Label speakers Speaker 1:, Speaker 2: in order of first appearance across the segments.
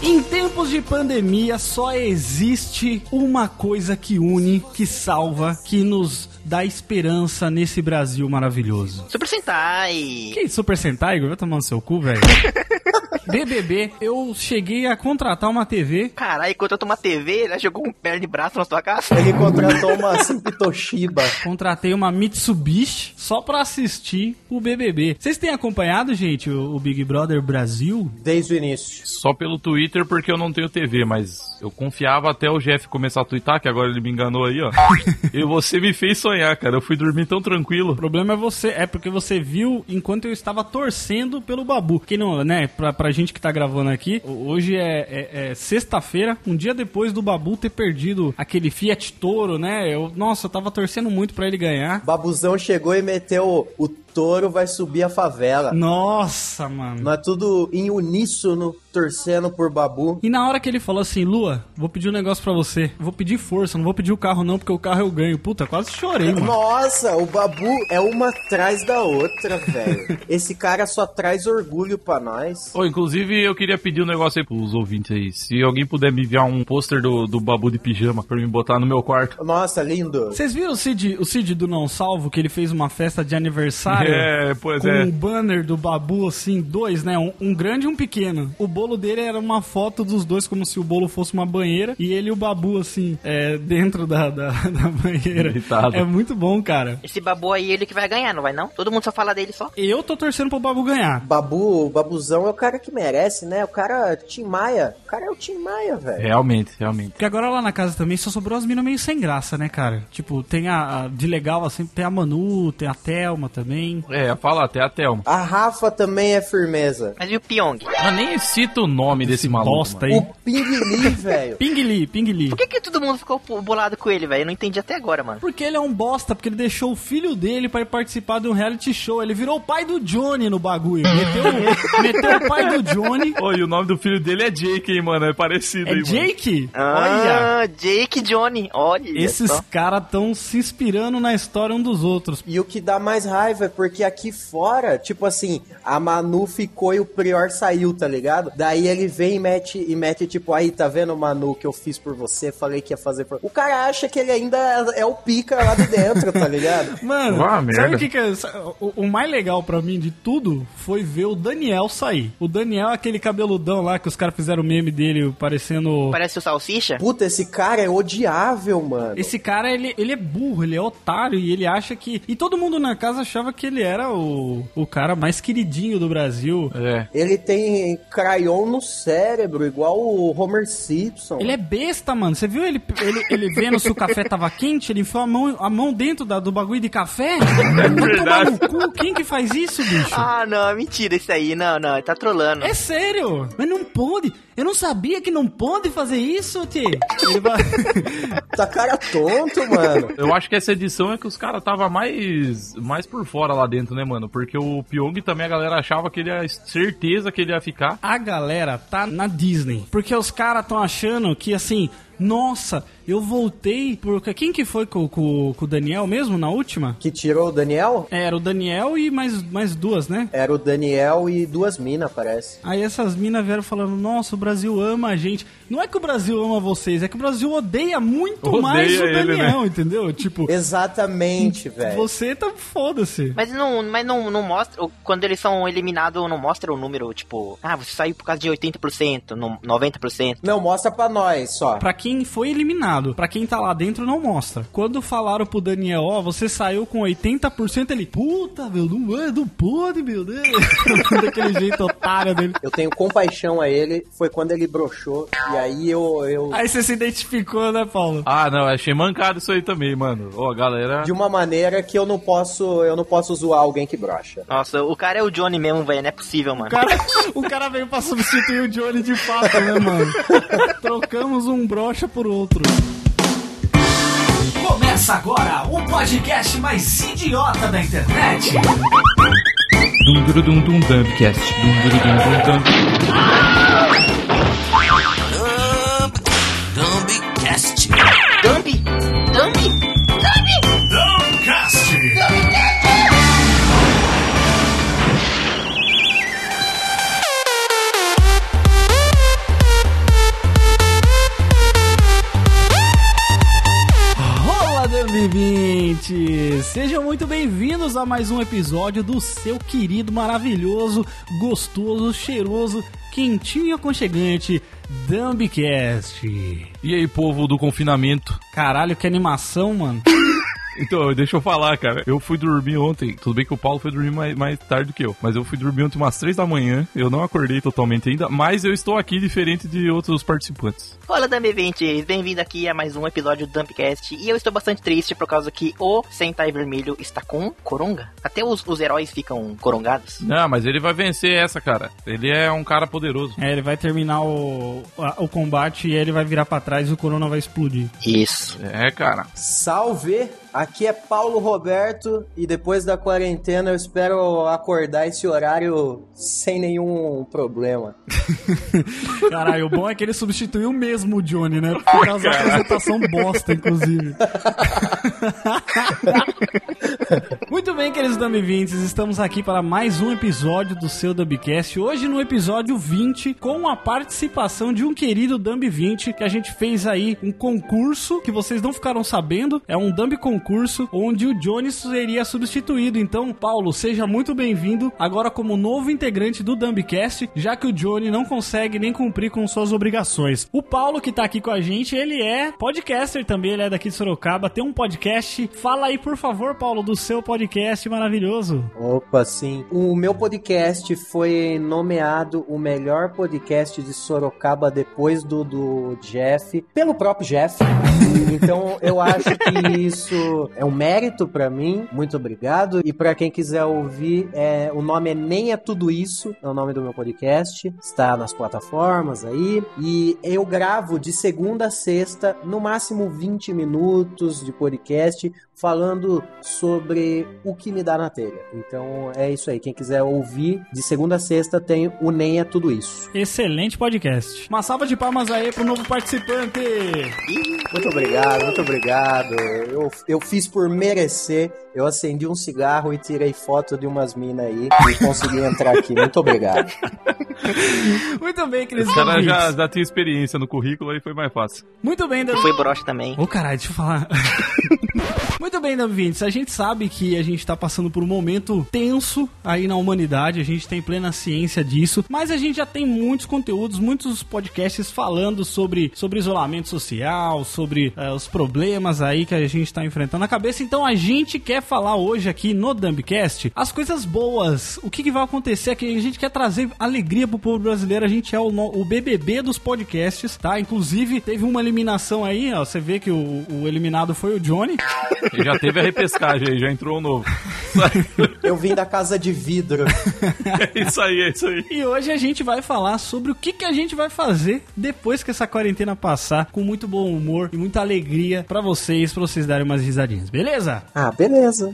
Speaker 1: Em tempos de pandemia, só existe uma coisa que une, que salva, que nos dá esperança nesse Brasil maravilhoso.
Speaker 2: Super Sentai.
Speaker 1: Que Super Sentai? Vai tomar no seu cu, velho. BBB, eu cheguei a contratar uma TV.
Speaker 2: Caralho, contratou uma TV, ele jogou um perna de braço na sua casa.
Speaker 3: Ele contratou uma Simp Toshiba.
Speaker 1: Contratei uma Mitsubishi só pra assistir o BBB. Vocês têm acompanhado, gente, o o Big Brother Brasil?
Speaker 3: Desde o início.
Speaker 4: Só pelo Twitter, porque eu não tenho TV, mas eu confiava até o Jeff começar a twittar, que agora ele me enganou aí, ó. e você me fez sonhar, cara. Eu fui dormir tão
Speaker 1: O
Speaker 4: tranquilo.
Speaker 1: problema é você, é porque você viu enquanto eu estava torcendo pelo Babu. Que não, né, pra, pra gente que tá gravando aqui, ho- hoje é, é- é sexta-feira, um dia depois do Babu ter perdido aquele Fiat Toro, né? Eu, nossa, eu tava torcendo muito pra ele ganhar.
Speaker 3: Babuzão chegou e meteu o touro vai subir a favela.
Speaker 1: Nossa, mano.
Speaker 3: Nós tudo em uníssono, torcendo por Babu.
Speaker 1: E na hora que ele falou assim, Lua, vou pedir um negócio pra você. Vou pedir força, não vou pedir o carro não, porque o carro eu ganho. Puta, quase chorei, mano.
Speaker 3: Nossa, o Babu é uma atrás da outra, velho. Esse cara só traz orgulho pra nós.
Speaker 4: Ô, inclusive, eu queria pedir um negócio aí pros ouvintes aí. Se alguém puder me enviar um pôster do, do Babu de pijama pra eu me botar no meu quarto.
Speaker 3: Nossa, lindo.
Speaker 1: Vocês viram o Cid, o Cid do Não Salvo, que ele fez uma festa de aniversário?
Speaker 4: É, pois
Speaker 1: com
Speaker 4: é.
Speaker 1: um banner do Babu, assim, dois, né? Um, um grande e um pequeno. O bolo dele era uma foto dos dois, como se o bolo fosse uma banheira. E ele e o Babu, assim, é, dentro da, da, da banheira.
Speaker 4: Irritado.
Speaker 1: É muito bom, cara.
Speaker 2: Esse babu aí, ele que vai ganhar, não vai não? Todo mundo só fala dele só.
Speaker 1: Eu tô torcendo pro Babu ganhar.
Speaker 3: Babu, o Babuzão é o cara que merece, né? O cara Tim Maia. O cara é o Tim Maia, velho.
Speaker 4: Realmente, realmente.
Speaker 1: Porque agora lá na casa também só sobrou as minas meio sem graça, né, cara? Tipo, tem a, a- de legal, assim, tem a Manu, tem a Thelma também.
Speaker 4: É, fala até a Thelma.
Speaker 3: A Rafa também é firmeza.
Speaker 2: Mas e o Pyong?
Speaker 4: Eu nem cito o nome desse maluco.
Speaker 1: Bosta
Speaker 4: mano.
Speaker 1: aí.
Speaker 3: O Pinguili, velho.
Speaker 1: Ping Lee, Ping Lee.
Speaker 2: Por que que todo mundo ficou pu- bolado com ele, velho? Eu não entendi até agora, mano.
Speaker 1: Porque ele é um bosta, porque ele deixou o filho dele pra ir participar de um reality show. Ele virou o pai do Johnny no bagulho. Meteu, meteu o pai do Johnny.
Speaker 4: Ô, e o nome do filho dele é Jake, hein, mano? É parecido,
Speaker 1: É
Speaker 4: hein, mano?
Speaker 1: Jake? Olha!
Speaker 2: Ah, Jake e Johnny, olha
Speaker 1: Esses
Speaker 2: só.
Speaker 1: caras estão se inspirando na história um dos outros.
Speaker 3: E o que dá mais raiva é porque aqui fora, tipo assim, a Manu ficou e o Prior saiu, tá ligado? Daí ele vem e mete, e mete tipo, aí, tá vendo, Manu, que eu fiz por você, falei que ia fazer por... O cara acha que ele ainda é o pica lá de dentro, tá ligado?
Speaker 1: Mano,
Speaker 4: Vá,
Speaker 1: sabe
Speaker 4: merda.
Speaker 1: o que, que é? O, o mais legal pra mim de tudo foi ver o Daniel sair. O Daniel é aquele cabeludão lá que os caras fizeram o meme dele parecendo.
Speaker 2: Parece o Salsicha?
Speaker 3: Puta, esse cara é odiável, mano.
Speaker 1: Esse cara, ele, ele é burro, ele é otário e ele acha que. E todo mundo na casa achava que ele era o, o cara mais queridinho do Brasil.
Speaker 4: É.
Speaker 3: Ele tem crayon no cérebro, igual o Homer Simpson.
Speaker 1: Ele é besta, mano. Você viu ele, ele, ele vendo se o café tava quente? Ele enfiou a mão, a mão dentro da- do bagulho de café? Vai tomar no cu. Quem que faz isso, bicho?
Speaker 2: Ah, não, mentira isso aí. Não, não, ele tá trolando.
Speaker 1: É sério? Mas não pode. Eu não sabia que não pode fazer isso, Tê. Ele vai...
Speaker 3: Tá cara tonto, mano.
Speaker 4: Eu acho que essa edição é que os caras tava mais mais por fora lá dentro, né, mano? Porque o Pyong também a galera achava que ele ia certeza que ele ia ficar.
Speaker 1: A galera tá na Disney. Porque os caras tão achando que assim, nossa, eu voltei por. Quem que foi com, com- com o Daniel mesmo na última?
Speaker 3: Que tirou o Daniel?
Speaker 1: Era o Daniel e mais, mais duas, né?
Speaker 3: Era o Daniel e duas minas, parece.
Speaker 1: Aí essas minas vieram falando, nossa, o Brasil ama a gente. Não é que o Brasil ama vocês, é que o Brasil odeia muito
Speaker 4: Odeia
Speaker 1: mais o
Speaker 4: ele, né?
Speaker 1: Daniel, entendeu? Tipo,
Speaker 3: Exatamente, velho.
Speaker 1: você tá foda-se.
Speaker 2: Mas não, mas não, não mostra. Quando eles são eliminados, não mostra o número, tipo, ah, você saiu por causa de 80%, no- 90%.
Speaker 3: Não, mostra pra nós só.
Speaker 1: Pra quem foi eliminado, pra quem tá lá dentro, não mostra. Quando falaram pro Daniel, ó, você saiu com 80%, ele, puta, meu, não, é, não pode, meu Deus. Daquele jeito otário dele.
Speaker 3: Eu tenho compaixão a ele, foi quando ele broxou, e aí eu, eu
Speaker 1: Aí você se identificou, né, Paulo?
Speaker 4: Ah, não, achei mancado isso aí também, mano. Ó, a galera.
Speaker 3: de uma maneira que eu não posso, eu não posso zoar alguém que brocha.
Speaker 2: Nossa, o cara é o Johnny mesmo, velho. Não é possível, mano.
Speaker 1: O cara, o cara veio pra substituir o Johnny de fato, né, mano? Trocamos um brocha por outro. Começa agora o podcast mais idiota da internet.
Speaker 4: Dum dum dum dum dumpcast. Dum dum dum dum dump.
Speaker 2: Dumbi! Dumbi!
Speaker 1: bem-vindos a mais um episódio do seu querido, maravilhoso, gostoso, cheiroso, quentinho e aconchegante Dumbcast.
Speaker 4: E aí, povo do confinamento?
Speaker 1: Caralho, que animação, mano.
Speaker 4: Então, deixa eu falar, cara. Eu fui dormir ontem. Tudo bem que o Paulo foi dormir mais, mais tarde do que eu. Mas eu fui dormir ontem umas três da manhã. Eu não acordei totalmente ainda. Mas eu estou aqui diferente de outros participantes.
Speaker 2: Fala, Dumb 20 Bem-vindo aqui a mais um episódio do Dumpcast. E eu estou bastante triste por causa que o Sentai Vermelho está com coronga. Até os, os heróis ficam corongados.
Speaker 4: Não, Ah, mas ele vai vencer essa, cara. Ele é um cara poderoso.
Speaker 1: É, ele vai terminar o, a- o combate e aí ele vai virar pra trás e o Corona vai explodir.
Speaker 2: Isso.
Speaker 4: É, cara.
Speaker 3: Salve! Aqui é Paulo Roberto e depois da quarentena eu espero acordar esse horário sem nenhum problema.
Speaker 1: Caralho, o bom é que ele substituiu mesmo o Johnny, né? Por causa da apresentação bosta, inclusive. Muito bem, queridos Dumbvintes, estamos aqui para mais um episódio do seu Dumbcast. Hoje no episódio 20, com a participação de um querido Dumb 20, que a gente fez aí um concurso, que vocês não ficaram sabendo, é um Dumb concurso, onde o Johnny seria substituído. Então, Paulo, seja muito bem-vindo, agora como novo integrante do Dumbcast, já que o Johnny não consegue nem cumprir com suas obrigações. O Paulo, que tá aqui com a gente, ele é podcaster também, ele é daqui de Sorocaba, tem um podcast. Fala aí, por favor, Paulo, do seu podcast maravilhoso.
Speaker 3: Opa, sim. O meu podcast foi nomeado o melhor podcast de Sorocaba depois do, do Jeff, pelo próprio Jeff. Então eu acho que isso é um mérito pra mim. Muito obrigado. E pra quem quiser ouvir, é, o nome é Nem é Tudo Isso, é o nome do meu podcast. Está nas plataformas aí. E eu gravo de segunda a sexta, no máximo 20 minutos de podcast, falando sobre o que me dá na telha. Então é isso aí. Quem quiser ouvir, de segunda a sexta tem o Nem é Tudo Isso.
Speaker 1: Excelente podcast. Uma salva de palmas aí pro novo participante.
Speaker 3: Muito obrigado, muito obrigado. Eu, eu fiz por merecer. Eu acendi um cigarro e tirei foto de umas minas aí e consegui entrar aqui. Muito obrigado.
Speaker 1: Muito bem, queridos
Speaker 4: Esse cara
Speaker 1: ouvintes.
Speaker 4: já, já tinha experiência no currículo aí foi mais fácil.
Speaker 1: Muito bem, Davi.
Speaker 2: Foi broche também.
Speaker 1: Ô, caralho, deixa eu falar. Muito bem, Davintes, a gente sabe que a gente tá passando por um momento tenso aí na humanidade, a gente tem plena ciência disso, mas a gente já tem muitos conteúdos, muitos podcasts falando sobre, sobre isolamento social, sobre eh, os problemas aí que a gente tá enfrentando na cabeça, então a gente quer falar hoje aqui no Dumbcast as coisas boas, o que, que vai acontecer aqui, a gente quer trazer alegria pro povo brasileiro, a gente é o, no- o BBB dos podcasts, tá? Inclusive, teve uma eliminação aí, ó, você vê que o- o eliminado foi o Johnny,
Speaker 4: Ele já teve a repescagem aí, já entrou um novo.
Speaker 3: Eu vim da casa de vidro.
Speaker 4: É isso aí, é isso aí.
Speaker 1: E hoje a gente vai falar sobre o que, que a gente vai fazer depois que essa quarentena passar, com muito bom humor e muita alegria pra vocês, pra vocês darem umas risadinhas, beleza?
Speaker 3: Ah, beleza.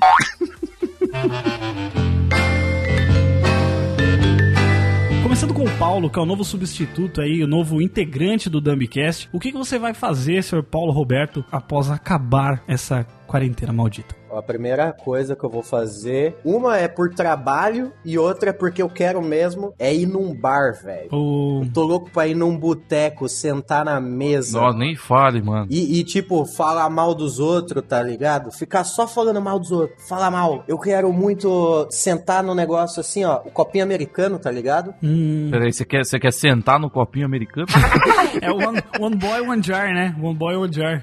Speaker 1: Começando com o Paulo, que é o novo substituto aí, o novo integrante do Dumbcast, o que, que você vai fazer, senhor Paulo Roberto, após acabar essa quarentena maldita?
Speaker 3: Ó, A primeira coisa que eu vou fazer, uma é por trabalho e outra é porque eu quero mesmo, é ir num bar, velho.
Speaker 1: O...
Speaker 3: Tô louco pra ir num boteco, sentar na mesa.
Speaker 4: Nossa, nem fale, mano.
Speaker 3: E, e, tipo, falar mal dos outros, tá ligado? Ficar só falando mal dos outros. Falar mal. Eu quero muito sentar no negócio assim, ó. O copinho americano, tá ligado?
Speaker 1: Hum,
Speaker 4: Peraí, você quer, você quer sentar no copinho americano?
Speaker 1: é o one, one Boy One Jar, né? One Boy One Jar.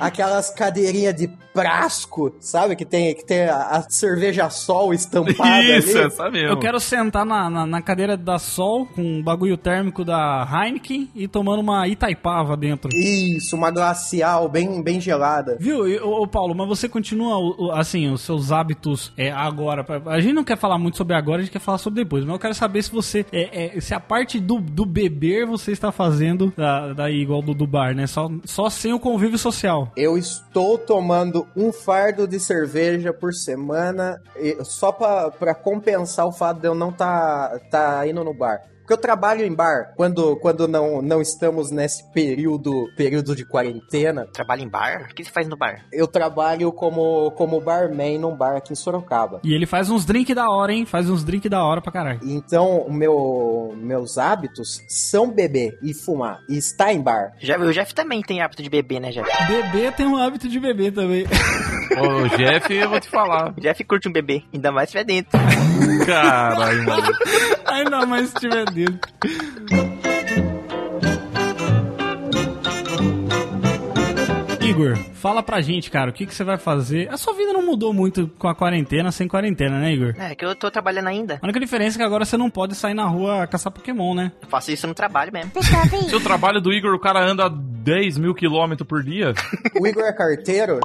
Speaker 3: Aquelas cadeirinhas de prasco, sabe? Que tem, que tem a, a cerveja sol estampada
Speaker 4: isso, é
Speaker 3: ali.
Speaker 4: essa mesmo.
Speaker 1: Eu quero sentar na, na, na cadeira da Sol com um bagulho térmico da Heineken e tomando uma Itaipava dentro.
Speaker 4: é
Speaker 3: Isso, uma glacial bem, bem gelada.
Speaker 1: Viu, e, ô, ô, Paulo, mas você continua, o- o- assim, os seus hábitos é, agora. pra- A gente não quer falar muito sobre agora, a gente quer falar sobre depois. Mas eu quero saber se você. é, é, se a parte do, do beber você está fazendo da, daí igual do, do bar, né? Só, só sem o convívio social.
Speaker 3: Eu estou tomando um fardo de cerveja por semana e- só pra pra compensar o fato de eu não tá, tá indo no bar. Porque eu trabalho em bar quando, quando não, não estamos nesse período, período de quarentena.
Speaker 2: Trabalha em bar? O que você faz no bar?
Speaker 3: Eu trabalho como, como barman num bar aqui em Sorocaba.
Speaker 1: E ele faz uns drink da hora, hein? Faz uns drink da hora pra caralho.
Speaker 3: Então, o meu, meus hábitos são beber e fumar e estar em bar.
Speaker 2: Já, o Jeff também tem hábito de beber, né, Jeff?
Speaker 1: Beber tem um hábito de beber também.
Speaker 4: Ô, Jeff, eu vou te falar.
Speaker 2: Jeff curte um bebê, ainda mais se tiver dentro.
Speaker 4: Caralho, mano.
Speaker 1: Ainda mais se tiver dentro. Igor, fala pra gente, cara, o que, que você vai fazer? A sua vida não mudou muito com a quarentena, sem quarentena, né, Igor?
Speaker 2: É, que eu tô trabalhando ainda.
Speaker 1: A única diferença é que agora você não pode sair na rua caçar Pokémon, né?
Speaker 2: Eu faço isso no trabalho mesmo.
Speaker 4: Se o trabalho do Igor, o cara anda 10 mil quilômetros por dia,
Speaker 3: O Igor é carteiro?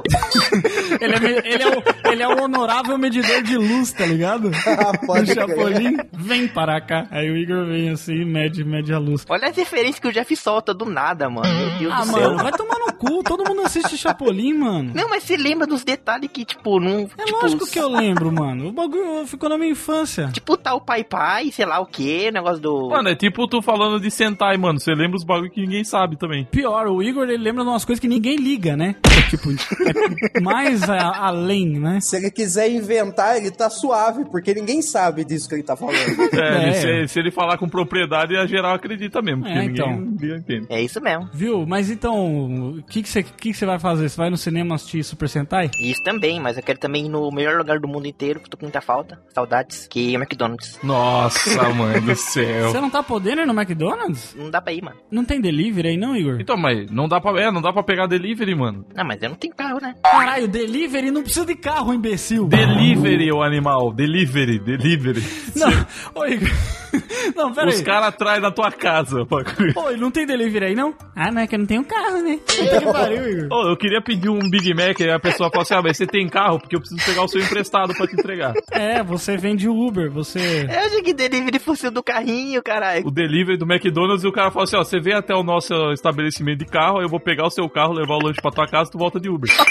Speaker 1: Ele é, me- ele é o, ele é o honorável medidor de luz, tá ligado? O
Speaker 3: Ah, Pode crer.
Speaker 1: Chapolin, vem para cá. Aí o Igor vem assim e mede, mede a luz.
Speaker 2: Olha as referências que o Jeff solta do nada, mano. Meu Deus
Speaker 1: Ah,
Speaker 2: do céu.
Speaker 1: mano, vai tomar no cu. Todo mundo assiste Chapolin, mano.
Speaker 2: Não, mas você lembra dos detalhes que, tipo, não.
Speaker 1: É
Speaker 2: tipo,
Speaker 1: lógico que eu lembro, mano. O bagulho ficou na minha infância.
Speaker 2: Tipo, tá o pai pai, sei lá o que, negócio do.
Speaker 4: Mano, é tipo tu falando de Sentai, mano. Você lembra os bagulho que ninguém sabe também.
Speaker 1: Pior, o Igor ele lembra de umas coisas que ninguém liga, né? Tipo, é mais a- além, né?
Speaker 3: Se ele quiser inventar, ele tá suave, porque ninguém sabe disso que ele tá falando.
Speaker 4: É,
Speaker 1: É.
Speaker 4: Se, se ele falar com propriedade, a geral acredita mesmo. Porque
Speaker 1: É,
Speaker 4: ninguém,
Speaker 1: então.
Speaker 4: ninguém entende.
Speaker 2: É isso mesmo.
Speaker 1: Viu? Mas então, o que que você que que você vai fazer? Você vai no cinema assistir Super Sentai?
Speaker 2: Isso também, mas eu quero também ir no melhor lugar do mundo inteiro, que tô com muita falta, saudades, que é o McDonald's.
Speaker 4: Nossa, mãe do céu.
Speaker 1: Você não tá podendo ir no McDonald's?
Speaker 2: Não dá pra ir, mano.
Speaker 1: Não tem delivery aí não, Igor?
Speaker 4: Então, mas não dá pra, é, não dá pra pegar delivery, mano.
Speaker 2: Não, mas eu não tenho carro, né?
Speaker 1: Caralho, delivery não precisa de carro, imbecil.
Speaker 4: Delivery, o animal. Delivery, delivery.
Speaker 1: Não, ô Igor. Não, pera
Speaker 4: Os
Speaker 1: aí.
Speaker 4: caras atrás da tua casa. o bagulho.
Speaker 1: Ô, não tem delivery aí não? Ah, não, é que eu não tenho carro, né? Puta que pariu, Igor.
Speaker 4: Ô, eu queria pedir um Big Mac e a pessoa fala assim: ah, mas você tem carro? Porque eu preciso pegar o seu emprestado pra te entregar.
Speaker 1: É, você vende Uber, você...
Speaker 2: Eu achei que delivery fosse o do carrinho, caralho.
Speaker 4: O delivery do McDonald's e o cara fala assim: ó, você vem até o nosso estabelecimento de carro, eu vou pegar o seu carro, levar o lanche pra tua casa, tu volta de Uber.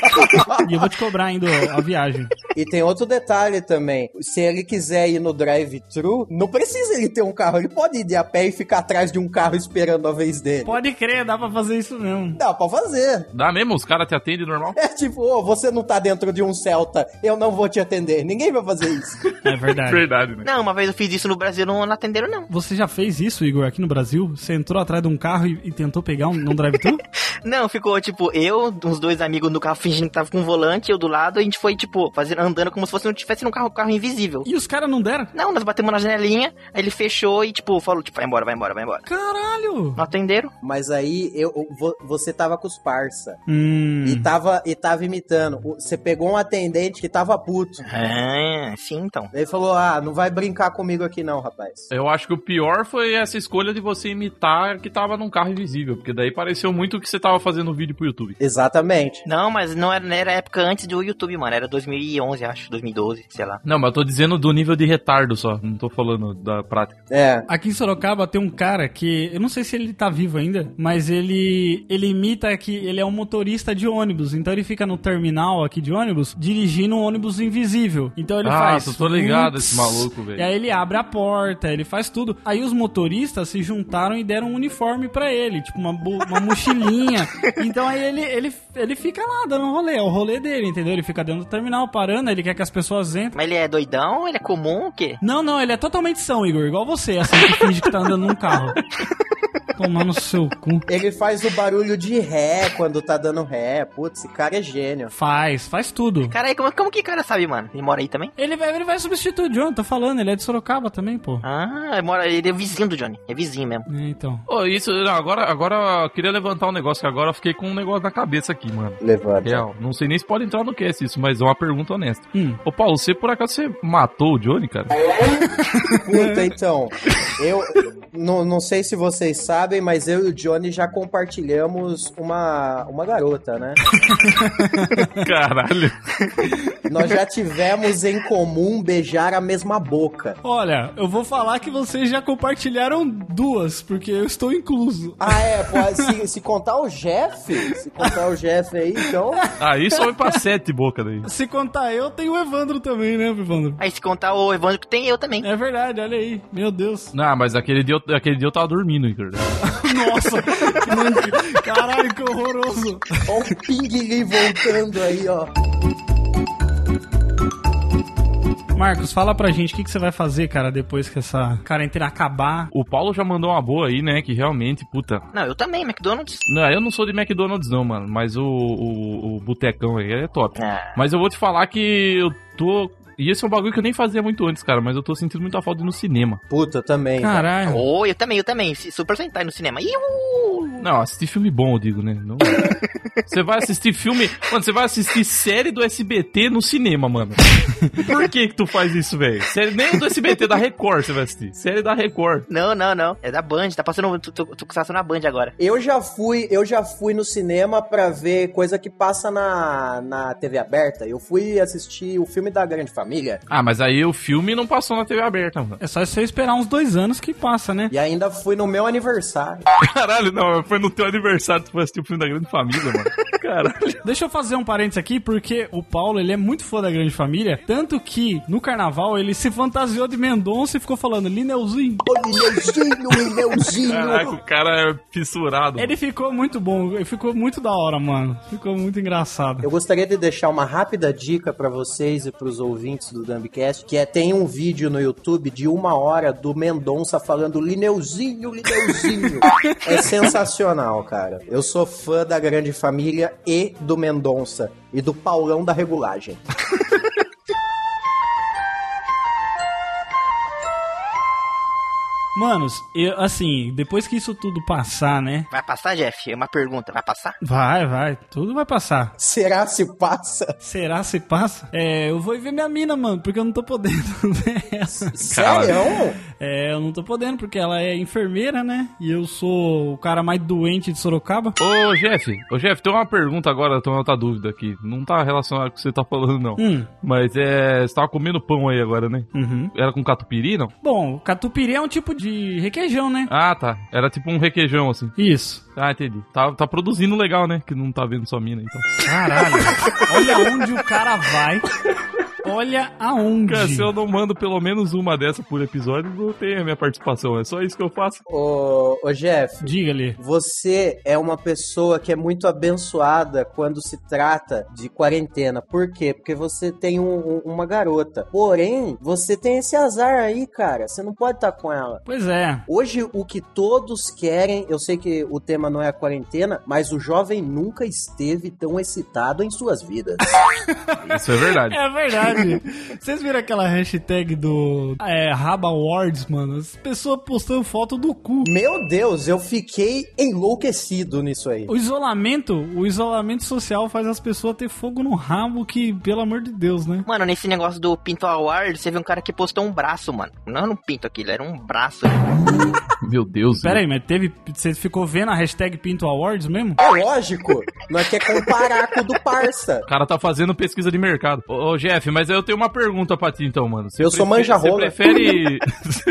Speaker 1: E eu vou te cobrar ainda a viagem.
Speaker 3: e tem outro detalhe também. Se ele quiser ir no drive-thru, não precisa ele ter um carro. Ele pode ir de a pé e ficar atrás de um carro esperando a vez dele.
Speaker 1: Pode crer, dá pra fazer isso mesmo.
Speaker 3: Dá pra fazer.
Speaker 4: Dá mesmo? Os caras te atendem normal?
Speaker 3: É tipo, ô, você não tá dentro de um Celta, eu não vou te atender. Ninguém vai fazer isso.
Speaker 1: É verdade.
Speaker 4: Verdade, né?
Speaker 2: Não, uma vez eu fiz isso no Brasil, não, não atenderam, não.
Speaker 1: Você já fez isso, Igor, aqui no Brasil? Você entrou atrás de um carro e, e tentou pegar um, um drive-thru?
Speaker 2: Não, ficou tipo eu, uns dois amigos no carro fingindo que tava com o volante, eu do lado, a gente foi tipo fazendo, andando como se fosse não tivesse um carro, carro invisível.
Speaker 1: e os caras não deram?
Speaker 2: Não, nós batemos na janelinha, aí ele fechou e tipo falou tipo vai embora, vai embora, vai embora.
Speaker 1: Caralho!
Speaker 2: Não atenderam?
Speaker 3: Mas aí eu, vo- você tava com os parça. E
Speaker 1: Hum.
Speaker 3: tava, e tava imitando. O- Você pegou um atendente que tava puto.
Speaker 2: Ah, sim, então.
Speaker 3: Ele falou: Ah, não vai brincar comigo aqui não, rapaz.
Speaker 4: Eu acho que o pior foi essa escolha de você imitar que tava num carro invisível, porque daí pareceu muito que você tava fazendo um vídeo pro YouTube.
Speaker 3: Exatamente.
Speaker 2: Não, mas não era, era época antes do YouTube, mano. Era 2011, acho, 2012, sei lá.
Speaker 4: Não, mas eu tô dizendo do nível de retardo só, não tô falando da prática.
Speaker 3: É.
Speaker 1: Aqui em Sorocaba tem um cara que, eu não sei se ele tá vivo ainda, mas ele ele imita que ele é um motorista de ônibus, então ele fica no terminal aqui de ônibus, dirigindo um ônibus invisível. Então ele
Speaker 4: Ah,
Speaker 1: faz...
Speaker 4: tô- tô ligado
Speaker 1: "Ups",
Speaker 4: esse maluco, velho.
Speaker 1: E aí ele abre a porta, ele faz tudo. Aí os motoristas se juntaram e deram um uniforme pra ele, tipo uma, bo- uma mochilinha. Então aí ele, ele, ele fica lá dando um rolê, é o rolê dele, entendeu? Ele fica dentro do terminal, parando, aí ele quer que as pessoas entrem.
Speaker 2: Mas ele é doidão? Ele é comum? O quê?
Speaker 1: Não, não, ele é totalmente são, Igor, igual você, assim, que finge que tá andando num carro. Tomar no seu cu.
Speaker 3: Ele faz o barulho de ré quando tá dando ré. Putz, esse cara é gênio.
Speaker 1: Faz, faz tudo.
Speaker 2: Cara, aí como, como que o cara sabe, mano? Ele mora aí também?
Speaker 1: Ele vai, ele vai substituir o John, tô falando, ele é de Sorocaba também, pô.
Speaker 2: Ah, ele, mora, ele é vizinho do Johnny. É vizinho mesmo.
Speaker 1: É, então.
Speaker 4: Ô, isso, não, agora, agora eu queria levantar um negócio que agora eu fiquei com um negócio na cabeça aqui, mano.
Speaker 3: Levanta.
Speaker 4: Real, não sei nem se pode entrar no cast isso, mas é uma pergunta honesta.
Speaker 1: Hum.
Speaker 4: Ô Paulo, você por acaso você matou o Johnny, cara?
Speaker 3: Puta, então. Eu não, não sei se vocês sabem, mas eu e o Johnny já compartilhamos uma, uma garota, né?
Speaker 4: Caralho.
Speaker 3: Nós já tivemos em comum beijar a mesma boca.
Speaker 1: Olha, eu vou falar que vocês já compartilharam duas, porque eu estou incluso.
Speaker 3: Ah, é, pô, se, se contar o Jeff, se contar o Jeff aí, então.
Speaker 4: Aí sobe Ah, pra sete boca daí.
Speaker 1: Se contar eu, tem o Evandro também, né, Evandro?
Speaker 2: Aí se contar o Evandro que tem eu também.
Speaker 1: É verdade, olha aí. Meu Deus.
Speaker 4: Não, mas aquele dia, eu- aquele dia eu tava dormindo, Igor.
Speaker 1: Nossa. Não- Caralho, que horroroso.
Speaker 3: Ó o pinguim voltando aí, ó.
Speaker 1: Marcos, fala pra gente o que, que você vai fazer, cara, depois que essa quarentena acabar.
Speaker 4: O Paulo já mandou uma boa aí, né? Que realmente, puta.
Speaker 2: Não, eu também, McDonald's.
Speaker 4: Não, eu não sou de McDonald's, não, mano. Mas o, o, o botecão aí é top.
Speaker 2: Ah,
Speaker 4: Mas eu vou te falar que eu tô. E esse é um bagulho que eu nem fazia muito antes, cara, mas eu tô sentindo muita falta de ir no cinema.
Speaker 3: Puta, também. velho.
Speaker 1: Caralho.
Speaker 2: oh, eu também, eu também. Super Sentai no cinema. Iu!
Speaker 4: Não, assistir filme bom, eu digo, né? Não- Você vai assistir filme. Mano, você vai assistir série do SBT no cinema, mano. Por que que tu faz isso, velho? Série nem do SBT, da Record você vai assistir. Série da Record.
Speaker 2: Não, não, não. É da Band. Tá passando tu- tu- Tokusatsu na Band agora.
Speaker 3: Eu já fui, eu já fui no cinema pra ver coisa que passa na, na TV aberta. Eu fui assistir o filme da Grande Família
Speaker 4: Ah, mas aí o filme não passou na TV aberta, mano.
Speaker 1: É só você esperar uns dois anos que passa, né?
Speaker 3: e ainda fui no meu aniversário.
Speaker 4: Caralho, não, foi no teu aniversário que tu foi assistir o filme da Grande Família, mano. Caralho.
Speaker 1: Deixa eu fazer um parênteses aqui, porque o Paulo, ele é muito fã da Grande Família, tanto que no carnaval ele se fantasiou de Mendonça e ficou falando Lineuzinho.
Speaker 3: Ô, Lineuzinho,
Speaker 4: Caraca,
Speaker 3: Lineuzinho.
Speaker 4: o cara é fissurado.
Speaker 1: Ele ficou muito bom, ele ficou muito da hora, mano. Ficou muito engraçado.
Speaker 3: Eu gostaria de deixar uma rápida dica pra vocês e pros ouvintes do Dumbcast, que é tem um vídeo no YouTube de uma hora do Mendonça falando Lineuzinho, Lineuzinho. é sensacional, cara. Eu sou fã da Grande Família e do Mendonça e do Paulão da Regulagem.
Speaker 1: Manos, eu, assim, depois que isso tudo passar, né?
Speaker 2: Vai passar, Jeff? É uma pergunta. Vai passar?
Speaker 1: Vai, vai, tudo vai passar.
Speaker 3: Será se passa?
Speaker 1: Será se passa? É, eu vou ir ver minha mina, mano, porque eu não tô podendo ver ela.
Speaker 4: Cara.
Speaker 3: Sério?
Speaker 1: É, eu não tô podendo, porque ela é enfermeira, né? E eu sou o cara mais doente de Sorocaba.
Speaker 4: Ô, Jeff, ô, Jeff, tem uma pergunta agora, tem uma outra dúvida aqui. Não tá relacionada com o que você tá falando, não.
Speaker 1: Hum,
Speaker 4: Mas é. Você tava comendo pão aí agora, né?
Speaker 1: uhum.
Speaker 4: Era com catupiry, não?
Speaker 1: Bom, catupiry é um tipo de requeijão, né?
Speaker 4: Ah, tá. Era tipo um requeijão, assim.
Speaker 1: Isso.
Speaker 4: Ah, entendi. Tá, tá produzindo legal, né? Que não tá vendo sua mina, então.
Speaker 1: Caralho. Olha onde o cara vai. Olha aonde.
Speaker 4: Cara, se eu não mando pelo menos uma dessa por episódio, não tem a minha participação. É só isso que eu faço.
Speaker 3: Ô, ô Jeff,
Speaker 1: Diga-lhe.
Speaker 3: você é uma pessoa que é muito abençoada quando se trata de quarentena. Por quê? Porque você tem um- um- uma garota. Porém, você tem esse azar aí, cara. Você não pode estar com ela.
Speaker 1: Pois é.
Speaker 3: Hoje, o que todos querem, eu sei que o tema não é a quarentena, mas o jovem nunca esteve tão excitado em suas vidas.
Speaker 4: Isso é verdade.
Speaker 1: É verdade. Vocês viram aquela hashtag do é, Raba Awards, mano? As pessoas postando foto do cu.
Speaker 3: Meu Deus, eu fiquei enlouquecido nisso aí.
Speaker 1: O isolamento, o isolamento social faz as pessoas ter fogo no rabo que, pelo amor de Deus, né?
Speaker 2: Mano, nesse negócio do Pinto Award, você viu um cara que postou um braço, mano. Não era um pinto aquilo, era um braço.
Speaker 4: Meu Deus.
Speaker 1: Pera aí, mas teve. Você ficou vendo a hashtag Pinto Awards mesmo?
Speaker 3: É lógico, nós quer comparar com o do parça.
Speaker 4: O cara tá fazendo pesquisa de mercado. Ô, ô, Jeff, mas eu tenho uma pergunta pra ti, então, mano. Você
Speaker 3: Eu sou
Speaker 4: prefe-
Speaker 3: manja-rola.
Speaker 4: Você prefere...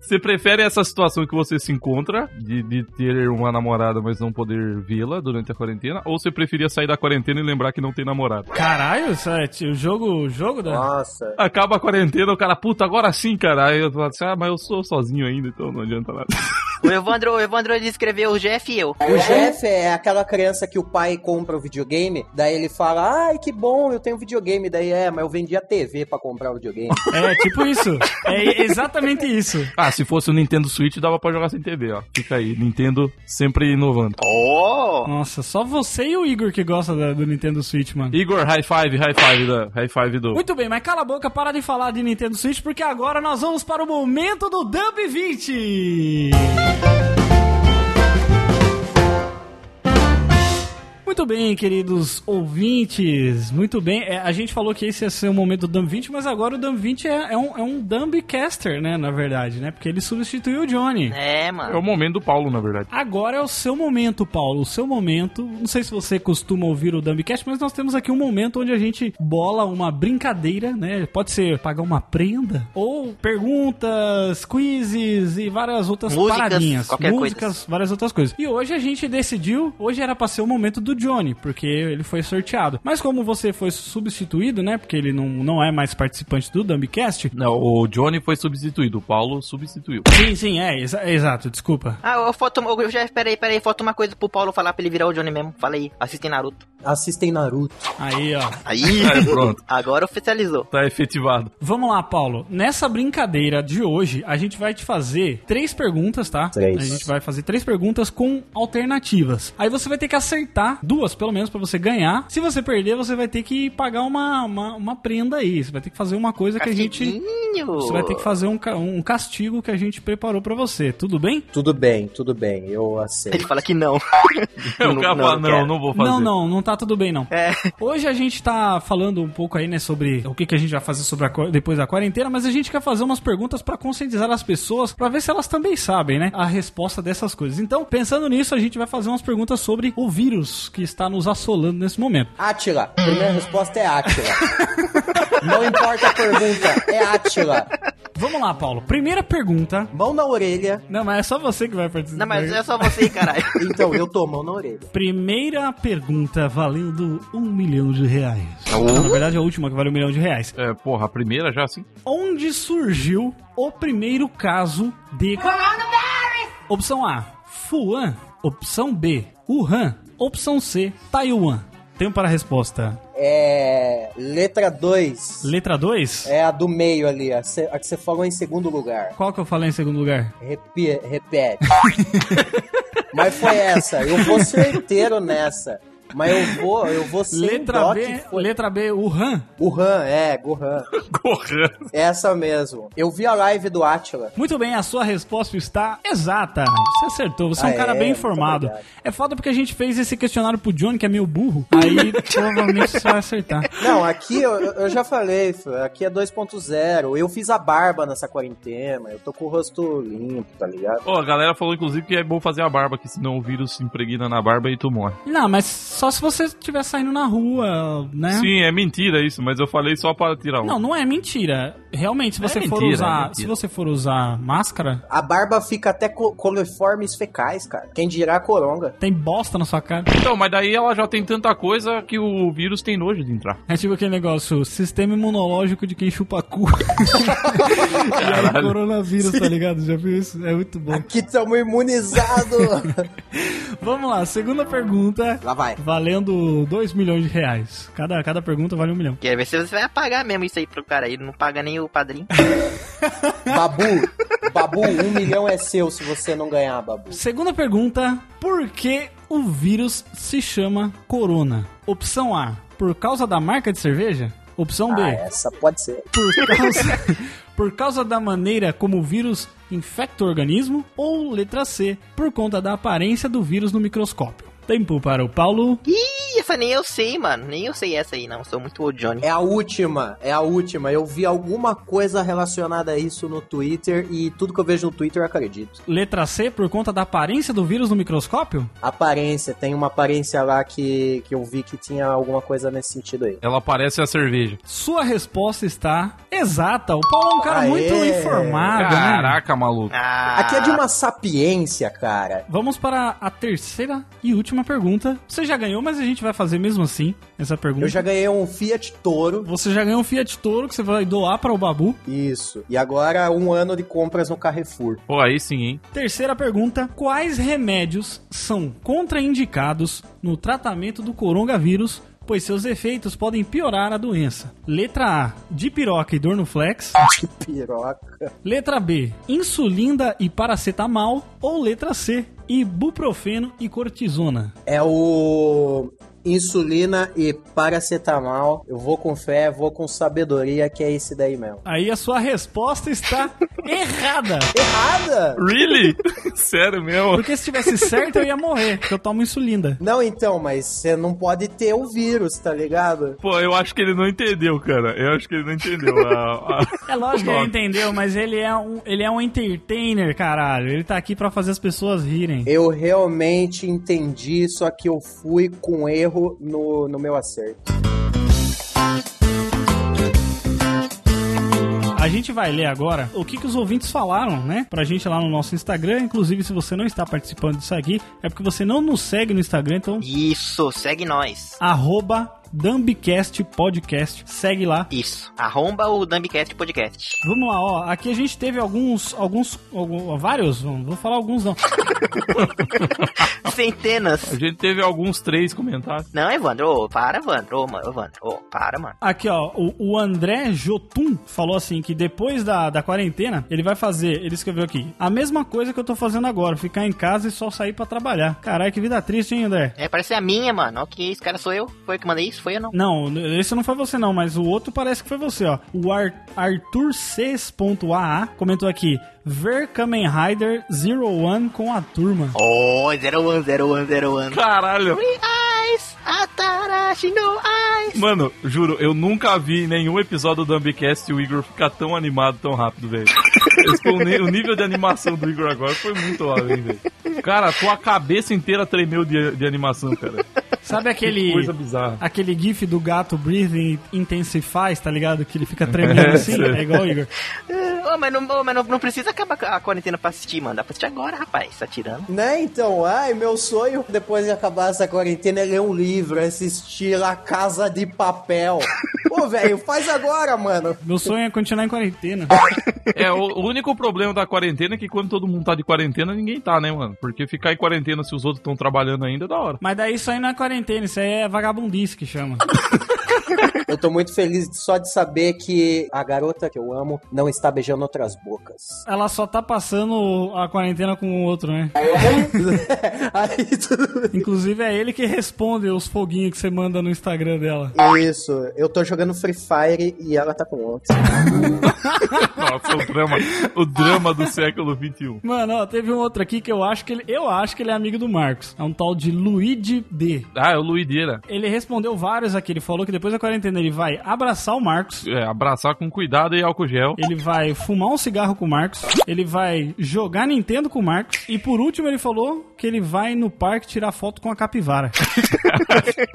Speaker 4: você prefere essa situação que você se encontra, de, de ter uma namorada, mas não poder vê-la durante a quarentena? Ou você preferia sair da quarentena e lembrar que não tem namorada?
Speaker 1: Caralho, isso é t- o jogo, o jogo da.
Speaker 3: Nossa.
Speaker 4: Acaba a quarentena, o cara, puta, agora sim, cara. Aí eu falo assim, ah, mas eu sou sozinho ainda, então não adianta nada.
Speaker 2: o Evandro, o Evandro ele escreveu o Jeff e eu.
Speaker 3: O Jeff é aquela criança que o pai compra o videogame, daí ele fala, ai que bom, eu tenho videogame, daí é, mas eu vendi a TV pra comprar o videogame.
Speaker 1: É tipo isso. É exatamente isso.
Speaker 4: Ah, se fosse o Nintendo Switch, dava pra jogar sem TV, ó. Fica aí, Nintendo sempre inovando.
Speaker 2: Oh!
Speaker 1: Nossa, só você e o Igor que gosta da- do Nintendo Switch, mano.
Speaker 4: Igor, high five, high five, da, high five do...
Speaker 1: Muito bem, mas cala a boca, para de falar de Nintendo Switch, porque agora nós vamos para o momento do Dump 20! Muito bem, queridos ouvintes. Muito bem. É, a gente falou que esse ia ser o momento do Dumb 20, mas agora o Dumb 20 é, é um, é um Dumbcaster, né? Na verdade, né? Porque ele substituiu o Johnny.
Speaker 2: É,
Speaker 4: É
Speaker 2: mano.
Speaker 4: o momento do Paulo, na verdade.
Speaker 1: Agora é o seu momento, Paulo. O seu momento. Não sei se você costuma ouvir o Dumbcast, mas nós temos aqui um momento onde a gente bola uma brincadeira, né? Pode ser pagar uma prenda, ou perguntas, quizzes e várias outras
Speaker 2: Músicas,
Speaker 1: paradinhas.
Speaker 2: qualquer coisa.
Speaker 1: Músicas, várias outras coisas. E hoje a gente decidiu, hoje era pra ser o momento do Johnny, porque ele foi sorteado. Mas como você foi substituído, né? Porque ele não, não é mais participante do Dumbcast.
Speaker 4: Não, o Johnny foi substituído, o Paulo substituiu.
Speaker 1: Sim, sim, é, exa- é exato, desculpa.
Speaker 2: Ah, eu falta, eu, Jeff, peraí, peraí, falta uma coisa pro Paulo falar pra ele virar o Johnny mesmo. Fala aí, assiste Naruto.
Speaker 3: assistem Naruto.
Speaker 1: Aí, ó.
Speaker 2: Aí,
Speaker 4: Aí, pronto.
Speaker 2: agora oficializou.
Speaker 4: Tá efetivado.
Speaker 1: Vamos lá, Paulo. Nessa brincadeira de hoje, a gente vai te fazer três perguntas, tá?
Speaker 3: Três.
Speaker 1: A gente vai fazer três perguntas com alternativas. Aí você vai ter que acertar duas, pelo menos, pra você ganhar. Se você perder, você vai ter que pagar uma, uma, uma prenda aí. Você vai ter que fazer uma coisa que a gente.
Speaker 2: Castiguinho.
Speaker 1: Você vai ter que fazer um, ca- um castigo que a gente preparou pra você, tudo bem?
Speaker 3: Tudo bem, tudo bem, eu
Speaker 2: Ele
Speaker 3: aceito.
Speaker 2: fala que não.
Speaker 4: Eu quero falar, não, não,
Speaker 2: quero.
Speaker 4: vou fazer.
Speaker 1: Não, não, não tá tudo bem, não.
Speaker 2: É.
Speaker 1: Hoje a gente tá falando um pouco aí, né, sobre o que, que a gente vai fazer sobre a qua- depois da quarentena, mas a gente quer fazer umas perguntas pra conscientizar as pessoas, pra ver se elas também sabem, né, a resposta dessas coisas. Então, pensando nisso, a gente vai fazer umas perguntas sobre o vírus que está nos assolando nesse momento.
Speaker 3: Átila, primeira resposta é Átila. não importa a pergunta, é Átila.
Speaker 1: Vamos lá, Paulo. Primeira pergunta.
Speaker 3: Mão na orelha.
Speaker 1: Não, mas é só você que vai participar.
Speaker 2: Não, mas é só você, caralho.
Speaker 3: Então, eu tô mão na orelha.
Speaker 1: Primeira pergunta valendo um milhão de reais. Na verdade, é a última que vale um milhão de reais.
Speaker 4: É, porra, a primeira já assim?
Speaker 1: onde surgiu o primeiro caso de Opção A, Fuan. Opção B, Wuhan. Opção C, Taiwan. um Tempo para a resposta.
Speaker 3: É. Letra 2.
Speaker 1: Letra 2?
Speaker 3: É a do meio ali, a, cê- a que você falou em segundo lugar.
Speaker 1: Qual que eu falei em segundo lugar?
Speaker 3: Repi- repete. Mas foi essa. Eu vou certeiro nessa. Mas eu vou, eu vou sem
Speaker 1: Letra
Speaker 3: dó
Speaker 1: B,
Speaker 3: que foi.
Speaker 1: letra B, Wuhan.
Speaker 3: Gohan, é, Gohan. É
Speaker 4: Correndo.
Speaker 3: Essa mesmo. Eu vi a live do Atila.
Speaker 1: Muito bem, a sua resposta está exata. Você acertou, você é um
Speaker 3: Ah,
Speaker 1: cara
Speaker 3: é?
Speaker 1: bem
Speaker 3: Muito
Speaker 1: informado.
Speaker 3: obrigado.
Speaker 1: É foda porque a gente fez esse questionário pro Johnny, que é meio burro. Aí provavelmente você vai acertar.
Speaker 3: Não, aqui eu, eu já falei, filho, aqui é 2.0. Eu fiz a barba nessa quarentena, eu tô com o rosto limpo, tá ligado?
Speaker 4: Ó, a galera falou, inclusive, que é bom fazer a barba, que senão o vírus se impregna na barba e tu morre.
Speaker 1: Não, mas só se você estiver saindo na rua, né?
Speaker 4: Sim, é mentira isso, mas eu falei só para tirar um.
Speaker 1: Não, não é mentira. Realmente, se
Speaker 4: É
Speaker 1: você for
Speaker 4: mentira, é
Speaker 1: usar,
Speaker 4: mentira.
Speaker 1: se você for usar máscara,
Speaker 3: A barba fica até co- coliformes fecais, cara. Quem dirá coronga.
Speaker 1: tem bosta na sua cara.
Speaker 4: Então, mas daí ela já tem tanta coisa que o vírus tem nojo de entrar.
Speaker 1: É tipo aquele negócio, sistema imunológico de quem chupa cu. e aí,
Speaker 4: Caralho.
Speaker 1: coronavírus, tá ligado? Já viu isso? É muito bom.
Speaker 3: Aqui estamos imunizados.
Speaker 1: Vamos lá, segunda pergunta,
Speaker 3: Lá vai.
Speaker 1: valendo 2 milhões de reais. Cada, cada pergunta vale um milhão.
Speaker 2: Quero ver se você vai pagar mesmo isso aí pro cara. Ele não paga nem o padrinho.
Speaker 3: Babu, Babu, um milhão é seu se você não ganhar, Babu.
Speaker 1: Segunda pergunta, por que o vírus se chama corona? Opção A, por causa da marca de cerveja? Opção B,
Speaker 4: é.
Speaker 3: Ah, essa pode ser.
Speaker 1: por causa, por causa da maneira como o vírus infecta o organismo, ou letra C, por conta da aparência do vírus no microscópio. Tempo para o Paulo.
Speaker 2: Ih, essa nem eu sei, mano. Nem eu sei essa aí, não. Sou muito o Johnny.
Speaker 3: É a última, é a última. Eu vi alguma coisa relacionada a isso no Twitter e tudo que eu vejo no Twitter eu acredito.
Speaker 1: Letra C, por conta da aparência do vírus no microscópio?
Speaker 3: Aparência, tem uma aparência lá que, que eu vi que tinha alguma coisa nesse sentido aí.
Speaker 4: Ela parece a cerveja.
Speaker 1: Sua resposta está exata. O Paulo é um cara
Speaker 3: Aê.
Speaker 1: muito informado, né?
Speaker 4: Caraca, maluco.
Speaker 2: Ah,
Speaker 3: Aqui é de uma sapiência, cara.
Speaker 1: Vamos para a terceira e última pergunta. Você já ganhou, mas a gente vai fazer mesmo assim essa pergunta.
Speaker 3: Eu já ganhei um Fiat Toro,
Speaker 1: Você já ganhou um Fiat Toro que você vai doar para o Babu.
Speaker 3: isso. E agora um ano de compras no Carrefour.
Speaker 4: Pô, aí sim, hein?
Speaker 1: Terceira pergunta: quais remédios são contraindicados no tratamento do coronavírus, pois seus efeitos podem piorar a doença? Letra A: dipiroca e dornoflex.
Speaker 3: Que piroca.
Speaker 1: Letra B: insulina e paracetamol. Ou letra C: ibuprofeno e cortisona.
Speaker 3: É o insulina e paracetamol. Eu vou com fé, vou com sabedoria que é esse daí mesmo.
Speaker 1: Aí a sua resposta está errada.
Speaker 3: Errada!
Speaker 4: Really? Sério mesmo?
Speaker 1: Porque se tivesse certo eu ia morrer, porque eu tomo insulina.
Speaker 3: Não, então, mas você não pode ter o vírus, tá ligado?
Speaker 4: Pô, eu acho que ele não entendeu, cara. Eu acho que ele não entendeu. a- a-
Speaker 1: É lógico que
Speaker 4: o
Speaker 1: ele
Speaker 4: nome.
Speaker 1: entendeu, mas ele é um, ele é um entertainer, caralho. Ele tá aqui pra fazer as pessoas rirem.
Speaker 3: Eu realmente entendi, só que eu fui com erro no, no meu acerto.
Speaker 1: A gente vai ler agora o que, que os ouvintes falaram, né? Pra gente lá no nosso Instagram. Inclusive, se você não está participando disso aqui, é porque você não nos segue no Instagram, então.
Speaker 2: Isso, segue nós.
Speaker 1: Arroba Dumbcast Podcast. Segue lá.
Speaker 2: Isso. Arromba o Dumbcast Podcast.
Speaker 1: Vamos lá, ó. Aqui a gente teve alguns. alguns. algum- vários? Não Vou falar alguns não.
Speaker 4: A
Speaker 2: Centenas.
Speaker 4: gente teve alguns três comentários.
Speaker 2: Não, Evandro, ô, para, Evandro, ô, mano, Evandro, ô, para, mano.
Speaker 1: Aqui, ó, o, o André Jotun falou assim que depois da, da quarentena, ele vai fazer, ele escreveu aqui, a mesma coisa que eu tô fazendo agora, ficar em casa e só sair pra trabalhar. Caralho, que vida triste, hein, André?
Speaker 2: É, parece a minha, mano. Ó, que esse cara sou eu. Foi eu que mandei isso? Foi eu não?
Speaker 1: Não, n- esse não foi você não, mas o outro parece que foi você, ó. O Ar Arthur Cs.aa comentou aqui, ver Kamen Rider Zero One com a turma.
Speaker 2: Oh, 01, 01, 01.
Speaker 4: Caralho!
Speaker 2: Free eyes, Atarashi no eyes.
Speaker 4: Mano, juro, eu nunca vi em nenhum episódio do Ambicast o Igor ficar tão animado tão rápido, velho. Esse foi O ni- o nível de animação do Igor agora foi muito além, velho. Cara, tua cabeça inteira tremeu de, de animação, cara.
Speaker 1: Sabe
Speaker 4: Que
Speaker 1: aquele...
Speaker 4: coisa bizarra.
Speaker 1: Aquele gif do gato breathing intensifies, tá ligado? Que ele fica tremendo assim,
Speaker 4: É,
Speaker 1: é igual o Igor.
Speaker 2: Ô, mas, não, ô, mas não, não precisa acabar a quarentena pra assistir, mano. Dá pra assistir agora, rapaz. Tá tirando.
Speaker 3: Né, então, ai, meu sonho depois de acabar essa quarentena é ler um livro, é assistir La Casa de Papel. Pô, velho, faz agora, mano.
Speaker 1: Meu sonho é continuar em quarentena.
Speaker 4: É, o, o único problema da quarentena é que quando todo mundo tá de quarentena, ninguém tá, né, mano? Porque ficar em quarentena se os outros estão trabalhando ainda é da hora.
Speaker 1: Mas daí isso aí não é quarentena, isso aí é vagabundice que chama.
Speaker 3: Eu tô muito feliz só de saber que a garota que eu amo não está beijando outras bocas.
Speaker 1: Ela só tá passando a quarentena com o outro, né?
Speaker 3: É? Aí tudo.
Speaker 1: Inclusive é ele que responde os foguinhos que você manda no Instagram dela.
Speaker 3: Isso, eu tô jogando Free Fire e ela tá com outro.
Speaker 4: Nossa, o drama, o drama do século XXI.
Speaker 1: Mano, ó, teve um outro aqui que eu acho que ele, eu acho que ele é amigo do Marcos. É um tal de Luigi D.
Speaker 4: Ah, é o Luideira.
Speaker 1: Ele respondeu vários aqui. Ele falou que depois da quarentena ele vai abraçar o Marcos.
Speaker 4: É, abraçar com cuidado e álcool gel.
Speaker 1: Ele vai fumar um cigarro com o Marcos. Ele vai jogar Nintendo com o Marcos. E por último, ele falou que ele vai no parque tirar foto com a capivara.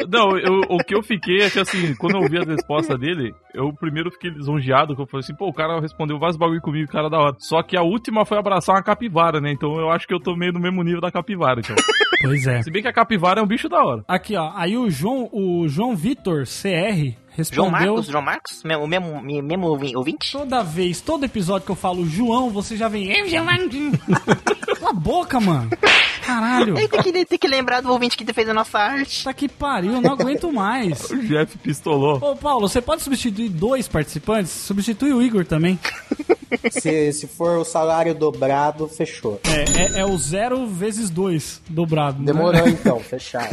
Speaker 4: Não, eu- o que eu fiquei é que assim, quando eu ouvi a resposta dele, eu primeiro fiquei lisonjeado, que eu falei assim, pô, o cara respondeu vários bagulho comigo, cara da hora. Só que a última foi abraçar uma capivara, né? Então eu acho que eu tô meio no mesmo nível da capivara, então.
Speaker 1: Pois é.
Speaker 4: Se bem que a capivara é um bicho da hora.
Speaker 1: Aqui, ó. Aí o João, o João Vitor CR
Speaker 2: João
Speaker 1: respondeu.
Speaker 2: Marcos, João Marcos? Me- O mesmo, me- mesmo ouvi- ouvinte?
Speaker 1: Toda vez, todo episódio que eu falo João, você já vem. "Ei, João Marcos." Cala a boca, mano. Caralho.
Speaker 2: Aí tem que, tem que lembrar do ouvinte que fez a nossa arte.
Speaker 1: Tá que pariu, não aguento mais.
Speaker 4: O Jeff pistolou.
Speaker 1: Ô, Paulo, você pode substituir dois participantes? Substitui o Igor também.
Speaker 3: Se, se for o salário dobrado, fechou.
Speaker 1: É, é, é o zero vezes dois dobrado. né?
Speaker 3: Demorou então, fechado.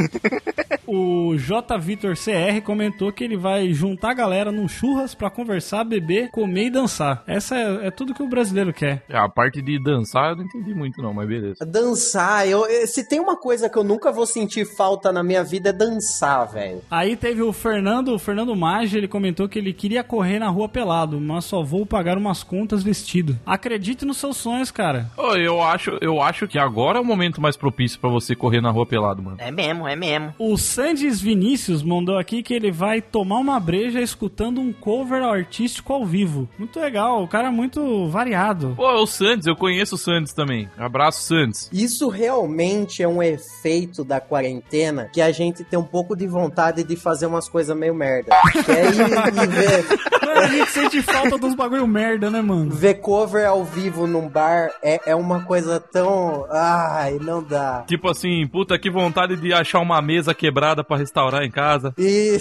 Speaker 1: O J. Vitor CR comentou que ele vai juntar a galera num churras pra conversar, beber, comer e dançar. Essa é, é tudo que o brasileiro quer.
Speaker 4: É, a parte de dançar eu não entendi muito não, mas beleza.
Speaker 3: Dançar, eu, eh, se tem uma coisa que eu nunca vou sentir falta na minha vida é dançar, velho.
Speaker 1: Aí teve o Fernando, o Fernando Maggi, ele comentou que ele queria correr na rua pelado, mas só vou pagar umas contas vestido. Acredite nos seus sonhos, cara.
Speaker 4: Ô, eu acho, eu acho que agora é o momento mais propício pra você correr na rua pelado, mano.
Speaker 2: É mesmo, é mesmo.
Speaker 1: O Sandes Vinícius mandou aqui que ele vai tomar uma breja escutando um cover artístico ao vivo. Muito legal, o cara é muito variado.
Speaker 4: Pô, é o Santos, eu conheço o Santos também. Abraço, Santos.
Speaker 3: Isso realmente é um efeito da quarentena que a gente tem um pouco de vontade de fazer umas coisas meio merda. Que é ir, ir ver,
Speaker 1: Mano, é, a gente sente falta dos bagulho merda, né, mano?
Speaker 3: ver cover ao vivo num bar é, é uma coisa tão. Ai, não dá.
Speaker 4: Tipo assim, puta, que vontade de achar uma mesa quebrada pra restaurar em casa.
Speaker 3: E.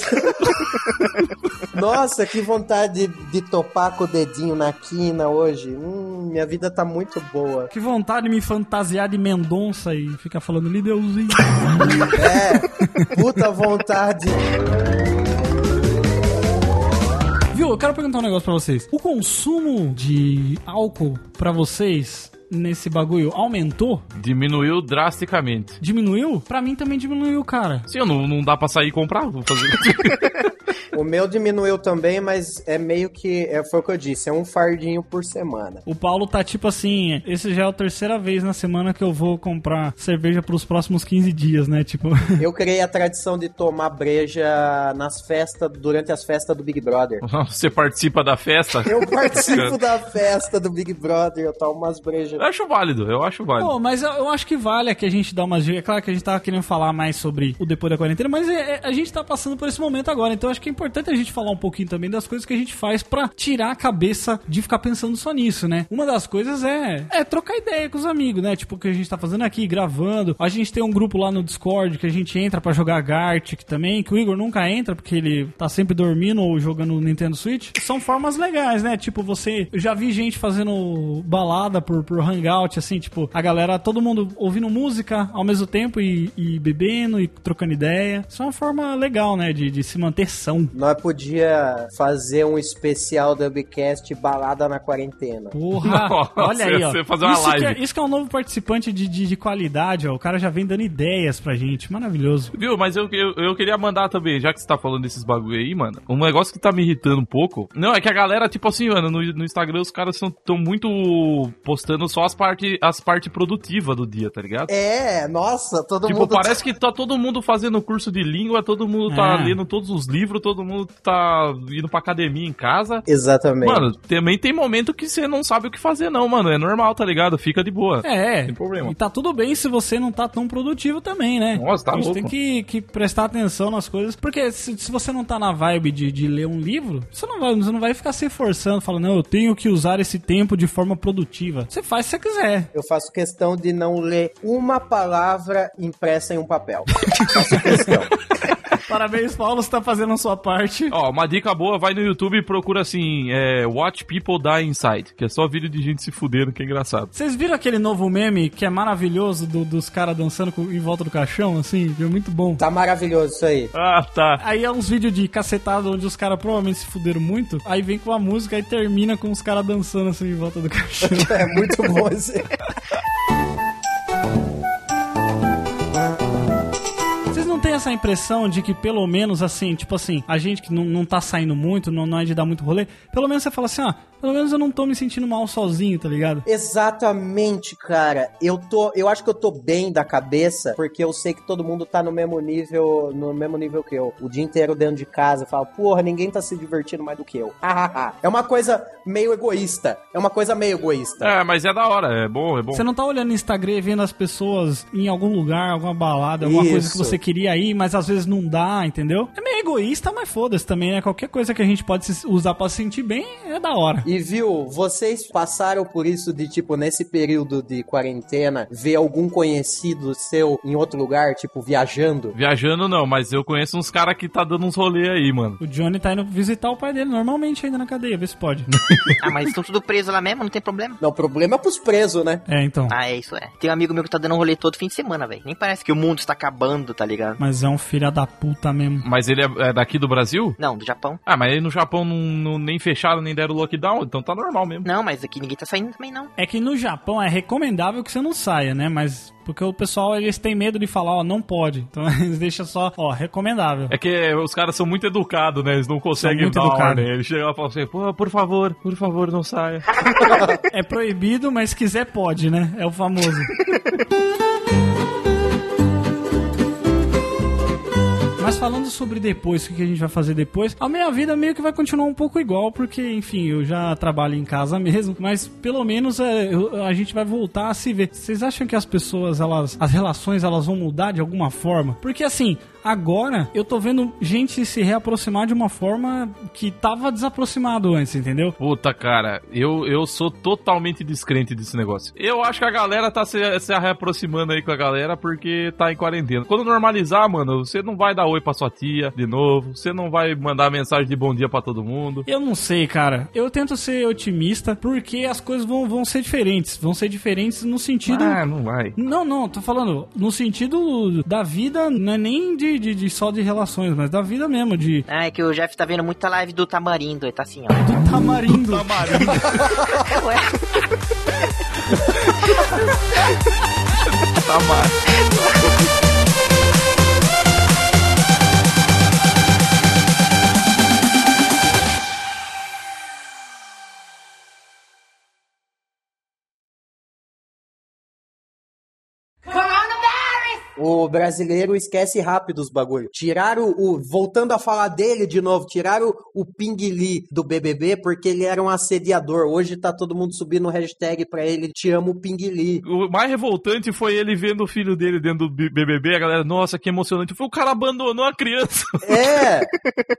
Speaker 3: Nossa, que vontade de, de topar com o dedinho na quina hoje. Hum, minha vida tá muito boa.
Speaker 1: Que vontade de me fantasiar de Mendonça e ficar falando Lideuzinho.
Speaker 3: É, puta vontade.
Speaker 1: Viu? Eu quero perguntar um negócio pra vocês. O consumo de álcool pra vocês nesse bagulho aumentou?
Speaker 4: Diminuiu drasticamente.
Speaker 1: Diminuiu? Pra mim também diminuiu, cara.
Speaker 4: Sim, não, não dá pra sair e comprar. Vou fazer.
Speaker 3: O meu diminuiu também, mas é meio que. É, foi o que eu disse, é um fardinho por semana.
Speaker 1: O Paulo tá tipo assim, esse já é a terceira vez na semana que eu vou comprar cerveja pros próximos 15 dias, né? Tipo,
Speaker 3: Eu criei a tradição de tomar breja nas festas, durante as festas do Big Brother.
Speaker 4: Você participa da festa?
Speaker 3: Eu participo da festa do Big Brother, eu tomo umas brejas
Speaker 4: Eu acho válido, eu acho válido.
Speaker 1: Pô, mas eu, eu acho que vale que a gente dá umas dicas. É claro que a gente tava querendo falar mais sobre o depois da quarentena, mas é- é- a gente tá passando por esse momento agora. Então acho que é importante a gente falar um pouquinho também das coisas que a gente faz pra tirar a cabeça de ficar pensando só nisso, né? Uma das coisas é, é trocar ideia com os amigos, né? Tipo o que a gente tá fazendo aqui, gravando. A gente tem um grupo lá no Discord que a gente entra pra jogar Gartic também, que o Igor nunca entra porque ele tá sempre dormindo ou jogando Nintendo Switch. São formas legais, né? Tipo, você. Eu já vi gente fazendo balada por, por hangout, assim, tipo, a galera, todo mundo ouvindo música ao mesmo tempo e, e bebendo e trocando ideia. Isso é uma forma legal, né? De, de se manter são.
Speaker 3: Nós podia fazer um especial do Ubcast balada na quarentena.
Speaker 1: Porra!
Speaker 4: Nossa,
Speaker 1: olha aí, ó.
Speaker 4: você fazer uma
Speaker 1: isso, Que
Speaker 4: live.
Speaker 1: é, isso que é um novo participante de, de, de qualidade, ó. O cara já vem dando ideias pra gente. Maravilhoso.
Speaker 4: Viu, mas eu, eu, eu queria mandar também, já que você tá falando desses bagulho aí, mano. Um negócio que tá me irritando um pouco. Não, é que a galera, tipo assim, mano, no, no Instagram os caras são tão muito postando só as partes as parte produtivas do dia, tá ligado?
Speaker 3: É, nossa, todo
Speaker 4: tipo,
Speaker 3: mundo.
Speaker 4: parece que tá todo mundo fazendo curso de língua, todo mundo tá
Speaker 1: É.
Speaker 4: lendo todos os livros, todo mundo tá indo pra academia em casa.
Speaker 3: Exatamente.
Speaker 4: Mano, também tem momento que você não sabe o que fazer, não, mano. É normal, tá ligado? Fica de boa.
Speaker 1: É,
Speaker 4: Sem problema.
Speaker 1: E tá tudo bem se você não tá tão produtivo também, né?
Speaker 4: Nossa, tá
Speaker 1: a gente
Speaker 4: louco.
Speaker 1: tem que, que prestar atenção nas coisas, porque se, se você não tá na vibe de, de ler um livro, você não, vai, você não vai ficar se forçando, falando, não, eu tenho que usar esse tempo de forma produtiva. Você faz se você quiser.
Speaker 3: Eu faço questão de não ler uma palavra impressa em um papel. faço questão.
Speaker 1: Parabéns, Paulo, você tá fazendo a sua parte.
Speaker 4: Ó, uma dica boa, vai no YouTube e procura assim, é, Watch People Die Inside, que é só vídeo de gente se fudendo, que é engraçado.
Speaker 1: Vocês viram aquele novo meme que é maravilhoso do- dos caras dançando com- em volta do caixão, assim? É muito bom.
Speaker 3: Tá maravilhoso isso aí.
Speaker 4: Ah, tá.
Speaker 1: Aí é uns vídeos de cacetada onde os caras provavelmente se fuderam muito. Aí vem com a música e termina com os caras dançando assim em volta do caixão.
Speaker 3: É muito bom isso.
Speaker 1: Vocês não têm essa impressão de que, pelo menos, assim, tipo assim, a gente que não, não tá saindo muito, não, não é de dar muito rolê, pelo menos você fala assim, ó, pelo menos eu não tô me sentindo mal sozinho, tá ligado?
Speaker 3: Exatamente, cara. Eu tô, eu acho que eu tô bem da cabeça, porque eu sei que todo mundo tá no mesmo nível, no mesmo nível que eu. O dia inteiro dentro de casa, eu falo, porra, ninguém tá se divertindo mais do que eu. Ah, ah, ah. É uma coisa meio egoísta. É uma coisa meio egoísta.
Speaker 4: É, mas é da hora, é bom, é bom.
Speaker 1: Você não tá olhando no Instagram e vendo as pessoas em algum lugar, alguma balada, alguma
Speaker 3: Isso.
Speaker 1: coisa que você queria ir, mas às vezes não dá, entendeu? É meio egoísta, mas foda-se também, né? Qualquer coisa que a gente pode se usar pra se sentir bem é da hora.
Speaker 3: E viu, vocês passaram por isso de tipo nesse período de quarentena ver algum conhecido seu em outro lugar, tipo viajando?
Speaker 4: Viajando não, mas eu conheço uns caras que tá dando uns rolê aí, mano.
Speaker 1: O Johnny tá indo visitar o pai dele normalmente ainda na cadeia, vê se pode.
Speaker 2: Ah, mas estão tudo preso lá mesmo, não tem problema.
Speaker 3: Não, o problema é pros presos, né?
Speaker 1: é, então.
Speaker 2: Ah, é isso, é. Tem um amigo meu que tá dando um rolê todo fim de semana, velho. Nem parece que o mundo está acabando, tá ligado?
Speaker 1: Mas é um filho da puta mesmo.
Speaker 4: Mas ele é, é daqui do Brasil?
Speaker 2: Não, do Japão.
Speaker 4: Ah, mas aí no Japão não, não- nem fecharam, nem deram lockdown, então tá normal mesmo.
Speaker 2: Não, mas aqui ninguém tá saindo também, não.
Speaker 1: É que no Japão é recomendável que você não saia, né? Mas porque o pessoal eles têm medo de falar, ó, não pode. Então eles deixam só, ó, recomendável.
Speaker 4: É que os caras são muito educados, né? Eles não conseguem
Speaker 1: muito
Speaker 4: dar
Speaker 1: educado.
Speaker 4: ordem. Eles chegam lá e falam assim, pô, por favor, por favor, não saia.
Speaker 1: É proibido, mas se quiser pode, né? É o famoso. Mas falando sobre depois, o que que a gente vai fazer depois, a minha vida meio que vai continuar um pouco igual, porque, enfim, eu já trabalho em casa mesmo, mas pelo menos é, eu- a gente vai voltar a se ver. Vocês acham que as pessoas, elas, as relações, elas vão mudar de alguma forma? Porque assim, agora eu tô vendo gente se reaproximar de uma forma que tava desaproximado antes, entendeu?
Speaker 4: Puta, cara, eu, eu sou totalmente descrente desse negócio. Eu acho que a galera tá se, se reaproximando aí com a galera porque tá em quarentena. Quando normalizar, mano, você não vai dar oi pra sua tia de novo, você não vai mandar mensagem de bom dia pra todo mundo.
Speaker 1: Eu não sei, cara. Eu tento ser otimista porque as coisas vão, vão ser diferentes. Vão ser diferentes no sentido.
Speaker 4: Ah, não vai.
Speaker 1: Não, não, tô falando no sentido da vida, não é nem de, de- de só de relações, mas da vida mesmo, de
Speaker 2: Ah, é que o Jeff tá vendo muita live do Tamarindo, ele tá assim, ó.
Speaker 1: do tamarindo.
Speaker 2: Ué,
Speaker 4: Tá mais.
Speaker 5: Coronavirus!
Speaker 3: O brasileiro esquece rápido os bagulho. Tiraram o. Voltando a falar dele de novo, tiraram o Pingli do BBB porque ele era um assediador. Hoje tá todo mundo subindo hashtag pra ele: Te amo Pingli.
Speaker 4: O mais revoltante foi ele vendo o filho dele dentro do B- BBB, a galera, nossa, que emocionante. Foi o cara abandonou a criança.
Speaker 3: É!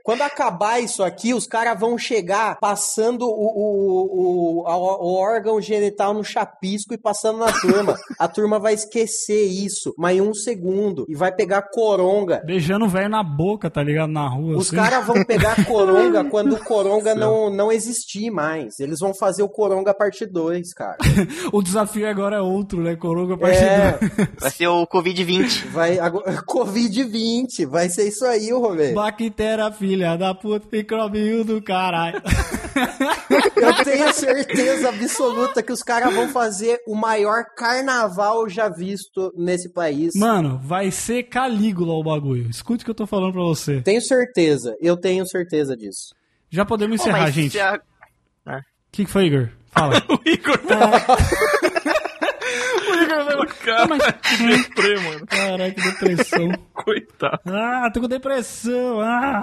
Speaker 3: Quando acabar isso aqui, os caras vão chegar passando o, o, o, a- o órgão genital no chapisco e passando na turma. A turma vai esquecer isso, mas em um segundo. E vai pegar coronga.
Speaker 1: Beijando o velho na boca, tá ligado? Na rua.
Speaker 3: Os
Speaker 1: assim.
Speaker 3: caras vão pegar coronga quando o coronga não, não existir mais. Eles vão fazer o coronga parte 2, cara.
Speaker 1: O desafio agora é outro, né? Coronga partido.
Speaker 3: É,
Speaker 2: Vai ser o Covid-20.
Speaker 3: vai agora- Covid-20, vai ser isso aí, ô Romero.
Speaker 1: Bactéria, filha da puta, microbinho do caralho.
Speaker 3: Eu tenho certeza absoluta que os caras vão fazer o maior carnaval já visto nesse país.
Speaker 1: Mano, vai ser Calígula o bagulho. Escute o que eu tô falando pra você.
Speaker 3: Tenho certeza, eu tenho certeza disso.
Speaker 1: Já podemos
Speaker 2: Pô,
Speaker 1: encerrar, Ah,
Speaker 2: mas é
Speaker 1: gente. O
Speaker 2: já-
Speaker 1: que, que foi, Igor? Fala.
Speaker 4: O Igor O cara
Speaker 1: Mas-
Speaker 4: que deprê, mano.
Speaker 1: Caraca, que depressão.
Speaker 4: Coitado.
Speaker 1: Ah, tô com depressão. Ah.